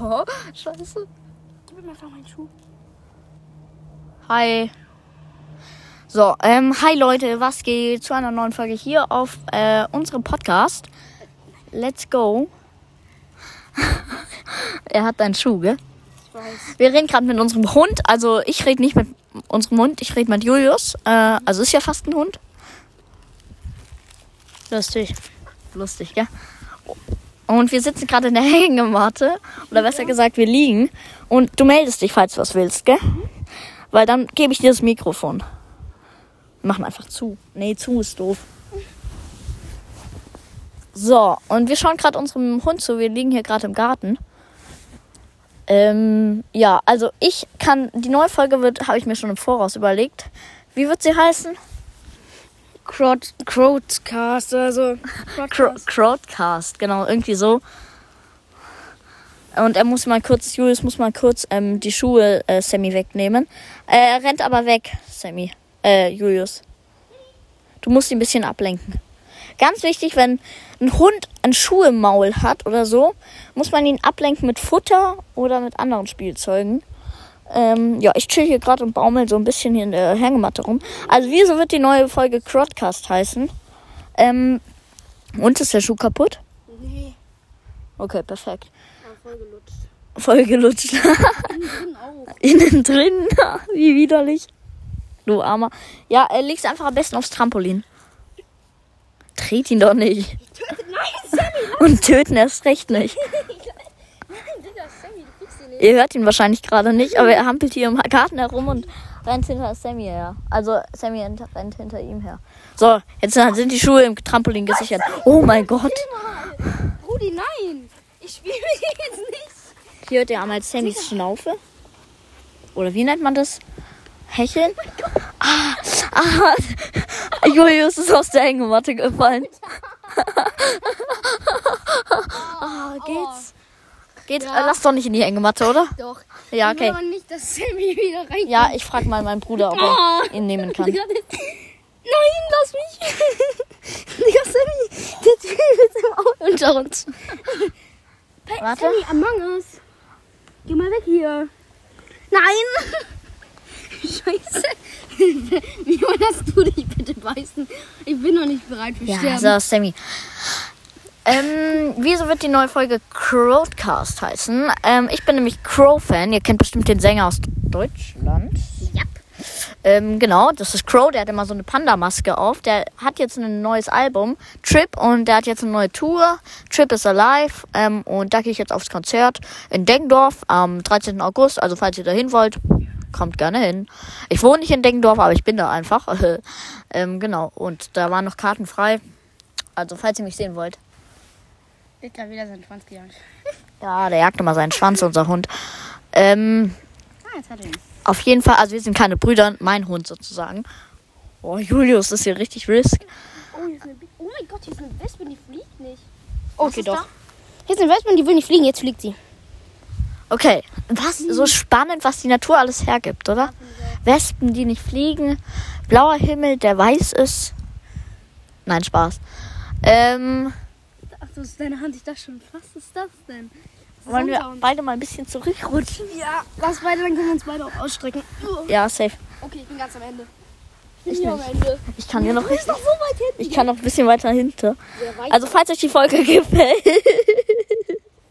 Oh, scheiße. Gib mir einfach meinen Schuh. Hi. So, ähm, hi Leute, was geht zu einer neuen Folge hier auf äh, unserem Podcast. Let's go. er hat einen Schuh, gell? Ich weiß. Wir reden gerade mit unserem Hund. Also ich rede nicht mit unserem Hund, ich rede mit Julius. Äh, also ist ja fast ein Hund. Lustig. Lustig, gell? Und wir sitzen gerade in der Hängematte. Oder besser gesagt, wir liegen. Und du meldest dich, falls du was willst, gell? Weil dann gebe ich dir das Mikrofon. Wir machen einfach zu. Nee, zu ist doof. So, und wir schauen gerade unserem Hund zu. Wir liegen hier gerade im Garten. Ähm, ja, also ich kann, die neue Folge wird, habe ich mir schon im Voraus überlegt. Wie wird sie heißen? Crowd, Crowdcast oder so. Cro Crowdcast, genau, irgendwie so. Und er muss mal kurz, Julius muss mal kurz ähm, die Schuhe äh, Sammy wegnehmen. Äh, er rennt aber weg, Sammy. Äh, Julius. Du musst ihn ein bisschen ablenken. Ganz wichtig, wenn ein Hund einen Schuh im Maul hat oder so, muss man ihn ablenken mit Futter oder mit anderen Spielzeugen. Ähm, ja, ich chill hier gerade und baumel so ein bisschen hier in der Hängematte rum. Also wieso wird die neue Folge Crowdcast heißen? Ähm, und ist der Schuh kaputt? Nee. Okay, perfekt. Ja, voll gelutscht. Voll gelutscht. Innen Innen drin auch. drin. Wie widerlich. Du Armer. Ja, äh, leg's einfach am besten aufs Trampolin. Tret ihn doch nicht. Nein, Sammy! Und töten erst recht nicht. Nein, Digga, Sammy, du kriegst ihn nicht. Ihr hört ihn wahrscheinlich gerade nicht, aber er hampelt hier im Garten herum und rennt hinter Sammy her. Also Sammy ent- rennt hinter ihm her. So, jetzt sind die Schuhe im Trampolin gesichert. Oh mein Gott. Rudi, nein! Ich spiele mit dir jetzt nicht. Hier hört ihr einmal Sammys Schnaufe. Oder wie nennt man das? Hecheln? Oh Ah, ah, Julius ist aus der Hängematte gefallen. ah, geht's? Geht's? Ja. Äh, Lass doch nicht in die Hängematte, oder? Doch. Ja, Ich will okay. aber nicht, dass Sammy wieder rein. Oh. Ja, ich frag mal meinen Bruder, ob er ihn nehmen kann. Digga, das- Nein, lass mich! Digga, Sammy, der Typ ist im Auto unter uns. Warte. Sammy, Among Us. Geh mal weg hier. Nein! Scheiße. Wie lass du dich bitte beißen? Ich bin noch nicht bereit für Ja, also- Sterben. so, Sammy. Ähm, wieso wird die neue Folge Crowdcast heißen? Ähm, ich bin nämlich Crow-Fan. Ihr kennt bestimmt den Sänger aus Deutschland. Yep. Ähm, genau, das ist Crow, der hat immer so eine Panda-Maske auf. Der hat jetzt ein neues Album, Trip, und der hat jetzt eine neue Tour. Trip is Alive. Ähm, und da gehe ich jetzt aufs Konzert in Deggendorf am 13. August. Also falls ihr da hin wollt, kommt gerne hin. Ich wohne nicht in Deggendorf, aber ich bin da einfach. ähm, genau, und da waren noch Karten frei. Also falls ihr mich sehen wollt. Wird gerade wieder seinen Schwanz gejagt. Ja, der jagt immer seinen Schwanz, unser Hund. Ähm, Ah, jetzt hat er ihn. Auf jeden Fall, also wir sind keine Brüder, mein Hund sozusagen. Oh, Julius ist hier richtig risk. Oh, hier ist eine Bi- oh mein Gott, hier ist eine Wespe, die fliegt nicht. Okay, ist da? Hier ist eine Wespe, die will nicht fliegen, jetzt fliegt sie. Okay, was Hm. so spannend, was die Natur alles hergibt, oder? Wespen, die nicht fliegen, blauer Himmel, der weiß ist. Nein, Spaß. Ähm, Ach, das ist deine Hand, ich dachte schon, was ist das denn? wollen wir beide mal ein bisschen zurückrutschen? Ja, lass beide, dann können wir uns beide auch ausstrecken. Ugh. Ja, safe. Okay, ich bin ganz am Ende. Ich bin hier am Ende. Ich kann hier noch Du bist richtig. noch so weit hinten. Ich kann noch ein bisschen weiter hinter. Wer weiß. Also falls euch die Folge gefällt,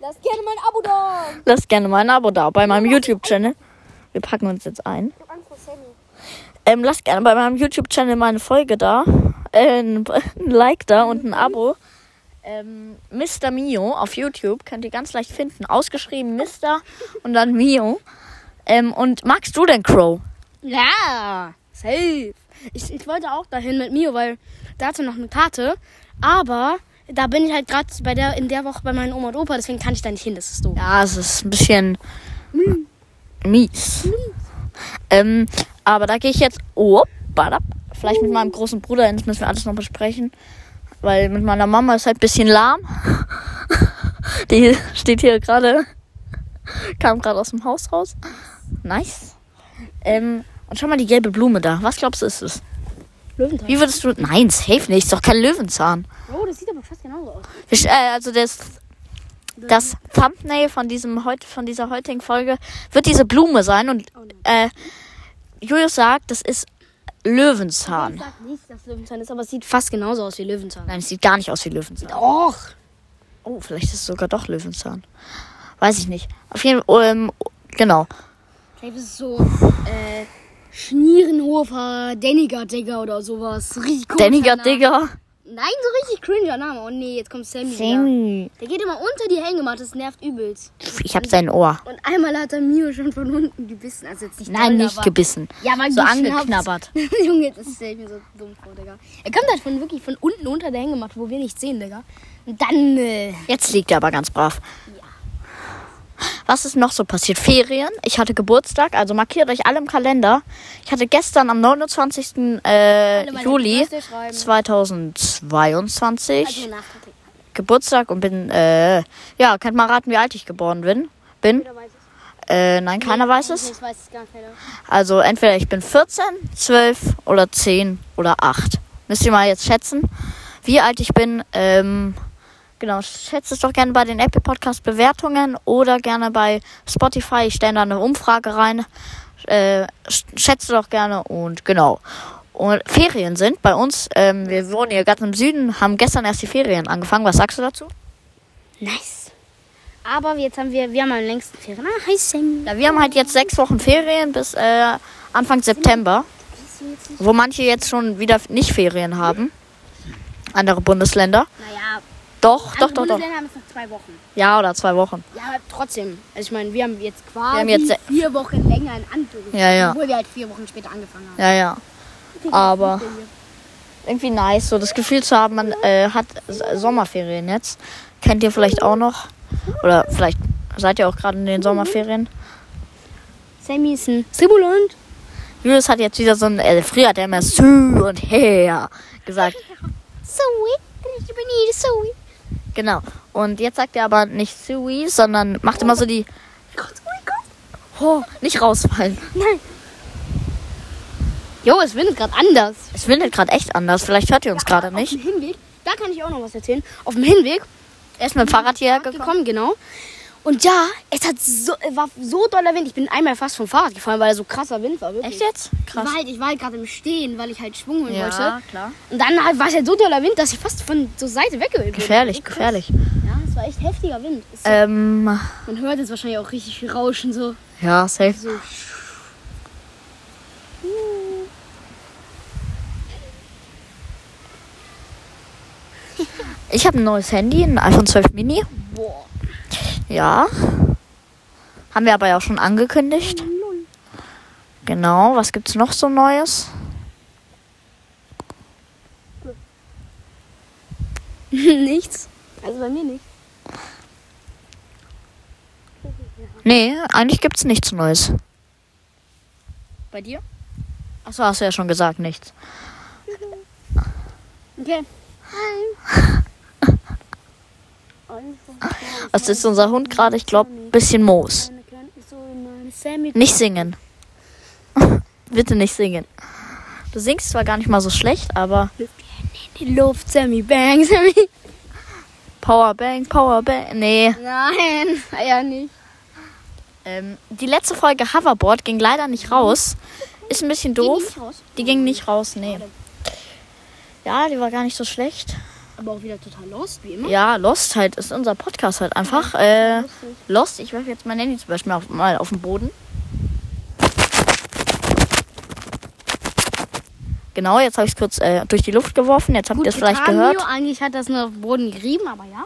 Lass gerne mein Abo da. lasst gerne mal ein Abo da bei meinem YouTube-Channel. Wir packen uns jetzt ein. Ich hab Angst vor Sammy. Ähm, lasst gerne bei meinem YouTube-Channel mal eine Folge da. Äh, ein, ein Like da und ein Abo. Ähm, Mr. Mio auf YouTube könnt ihr ganz leicht finden. Ausgeschrieben Mr. und dann Mio. Ähm, und magst du denn Crow? Ja, safe. Ich, ich wollte auch dahin mit Mio, weil dazu noch eine Karte. Aber da bin ich halt gerade bei der in der Woche bei meinen Oma und Opa, deswegen kann ich da nicht hin, das ist doof. Ja, es ist ein bisschen mies. Ähm, aber da gehe ich jetzt. Oh, badab, vielleicht mit meinem großen Bruder hin. Das müssen wir alles noch besprechen. Weil mit meiner Mama ist halt ein bisschen lahm. Die steht hier gerade. Kam gerade aus dem Haus raus. Nice. Ähm, und schau mal die gelbe Blume da. Was glaubst du, ist es? Löwenthal. Wie würdest du. Nein, safe nicht. Ist doch kein Löwenzahn. Oh, das sieht aber fast genauso aus. Wir sch- äh, also, das. das Thumbnail von diesem heut, von dieser heutigen Folge wird diese Blume sein und Oh äh, Julius sagt, das ist Ich Löwenzahn. sag nicht, dass Löwenzahn ist, aber es sieht fast genauso aus wie Löwenzahn. Nein, es sieht gar nicht aus wie Löwenzahn. Och! Oh, vielleicht ist es sogar doch Löwenzahn. Weiß ich nicht. Auf jeden Fall, ähm, genau. Vielleicht ist es so, äh, Schnierenhofer, Denniger Digger oder sowas. Richtig komischer Danny Name. Digger. Nein, so richtig cringer Name. Oh nee, jetzt kommt Sammy. Sammy. Sammy. Der geht immer unter die Hängematte, das nervt übelst. Ich hab sein Ohr. Und einmal hat er Mio schon von unten gebissen. Also jetzt nicht Nein, doll, nicht aber- gebissen. Ja, aber So geschnappt. angeknabbert. Junge, das stellt mir so dumm vor, Digga. Er kommt halt von wirklich von unten unter der Hängematte, wo wir nichts sehen, Digga. Und dann, äh, Jetzt liegt er aber ganz brav. Was ist noch so passiert? Ferien. Ich hatte Geburtstag, also markiert euch alle im Kalender. Ich hatte gestern am 29. Äh, meine Juli Geburtstag schreiben. 2022 also nachträglich. Geburtstag und bin, äh, ja, könnt mal raten, wie alt ich geboren bin. bin. Äh, nein, keiner weiß es. Also Ich weiß es gar keiner. Also entweder ich bin 14, 12 oder 10 oder 8. Müsst ihr mal jetzt schätzen, wie alt ich bin. Ähm, genau, schätzt es doch gerne bei den Apple Podcast Bewertungen oder gerne bei Spotify. Ich stelle da eine Umfrage rein. Äh, sch- schätzt doch gerne und genau. Und Ferien sind bei uns. Ähm, wir wohnen hier ganz im Süden, haben gestern erst die Ferien angefangen. Was sagst du dazu? Nice. Aber jetzt haben wir, wir haben am längsten Ferien. Ah, hi Sammy. Ja, wir haben halt jetzt sechs Wochen Ferien bis äh, Anfang September. wo manche jetzt schon wieder nicht Ferien haben. Andere Bundesländer. Naja, Doch, andere doch, doch, doch. Bundesländer haben jetzt noch zwei Wochen. Ja, oder zwei Wochen. Ja, aber trotzdem. Also ich meine, wir haben jetzt quasi haben jetzt se- vier Wochen länger in Anführungszeichen. Ja, ja. Obwohl wir halt vier Wochen später angefangen haben. Ja, ja. Aber irgendwie nice, so das Gefühl zu haben, man äh, hat S Sommerferien jetzt. Kennt ihr vielleicht auch noch? Oder vielleicht seid ihr auch gerade in Mhm. den Sommerferien. Sammy ist ein Simulant. Julius hat jetzt wieder so ein, äh, früher hat er immer zu und her gesagt. Sui. Ich bin hier Sui. Genau. Und jetzt sagt er aber nicht Sui, sondern macht immer so die, Gott, oh mein Gott. oh, nicht rausfallen. Jo, es windet gerade anders. Es windet gerade echt anders, vielleicht hört ihr uns gerade nicht. Auf dem Hinweg, da kann ich auch noch was erzählen. Auf dem Hinweg Er ist mit dem Fahrrad hierher gekommen. gekommen, genau. Und ja, es hat so, war so doller Wind. Ich bin einmal fast vom Fahrrad gefallen, weil da so krasser Wind war. Wirklich. Echt jetzt? Ich war halt, ich war halt gerade im Stehen, weil ich halt Schwung holen wollte. klar. Und dann halt, war es halt so doller Wind, dass ich fast von zur Seite weggeholt wurde. Gefährlich, So krass. gefährlich. Ja, es war echt heftiger Wind. Es- Ähm, Man hört jetzt wahrscheinlich auch richtig viel Rauschen so. ja, safe. so. Ich habe ein neues Handy, ein iPhone 12 Mini. Boah. Ja. Haben wir aber ja auch schon angekündigt. Genau, was gibt's noch so Neues? Nichts. Also bei mir nicht. Nee, eigentlich gibt's nichts Neues. Bei dir? Achso, hast du ja schon gesagt, nichts. Okay. Was ist unser Hund gerade? Ich glaube, bisschen Moos. Sammy. Nicht singen. Bitte nicht singen. Du singst zwar gar nicht mal so schlecht, aber Die Luft, Sammy Bang, Sammy. Powerbang, Powerbang. Nee. Nein, ja nicht. Ähm, die letzte Folge Hoverboard ging leider nicht raus. Ist ein bisschen doof. raus. Die ging nicht raus, nee. Ja, die war gar nicht so schlecht. Aber auch wieder total lost, wie immer. Ja, Lost halt ist unser Podcast halt einfach. Äh, Lost, ich werfe jetzt mein Handy zum Beispiel auf, mal auf den Boden. Genau, jetzt habe ich es kurz äh, durch die Luft geworfen. Jetzt habt ihr es vielleicht getan, gehört. Mio. Eigentlich hat das nur auf den Boden gerieben, aber ja.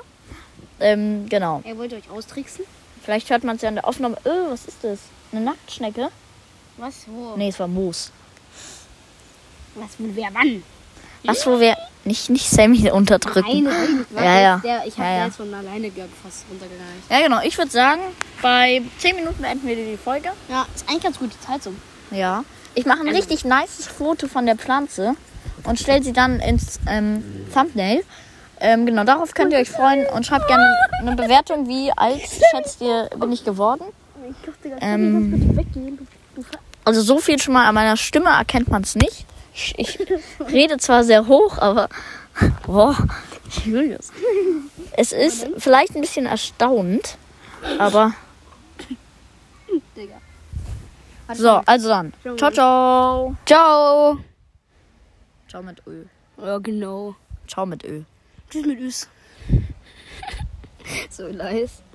Ähm, genau. Er wollte euch austricksen. Vielleicht hört man es ja in der Aufnahme. Öh, was ist das? Eine Nacktschnecke? Was? Wo? Nee, es war Moos. Was? Wo? Wer? Wann? Was, wo wir nicht, nicht Sammy unterdrücken. Eine. Ich war Ja, ja. jetzt Der, ich habe Ja, ja. jetzt von alleine glaub, fast runtergegangen. Ja, genau. Ich würde sagen, bei 10 Minuten beenden wir die Folge. Ja, ist eigentlich ganz gut die Zeit so. Ja. Ich mache ein richtig nices Foto von der Pflanze und stelle sie dann ins ähm, Thumbnail. Ähm, genau, darauf könnt ihr euch freuen und schreibt gerne eine Bewertung, wie alt schätzt ihr, bin ich geworden. Ähm, also so viel schon mal an meiner Stimme erkennt man es nicht. Ich, ich rede zwar sehr hoch, aber Boah, Julius. Es ist vielleicht ein bisschen erstaunt, aber. Digga. So, also dann. Ciao, ciao. Ciao. Ciao mit Öl. Ja, genau. Ciao mit Öl. Tschüss mit Üs. So nice.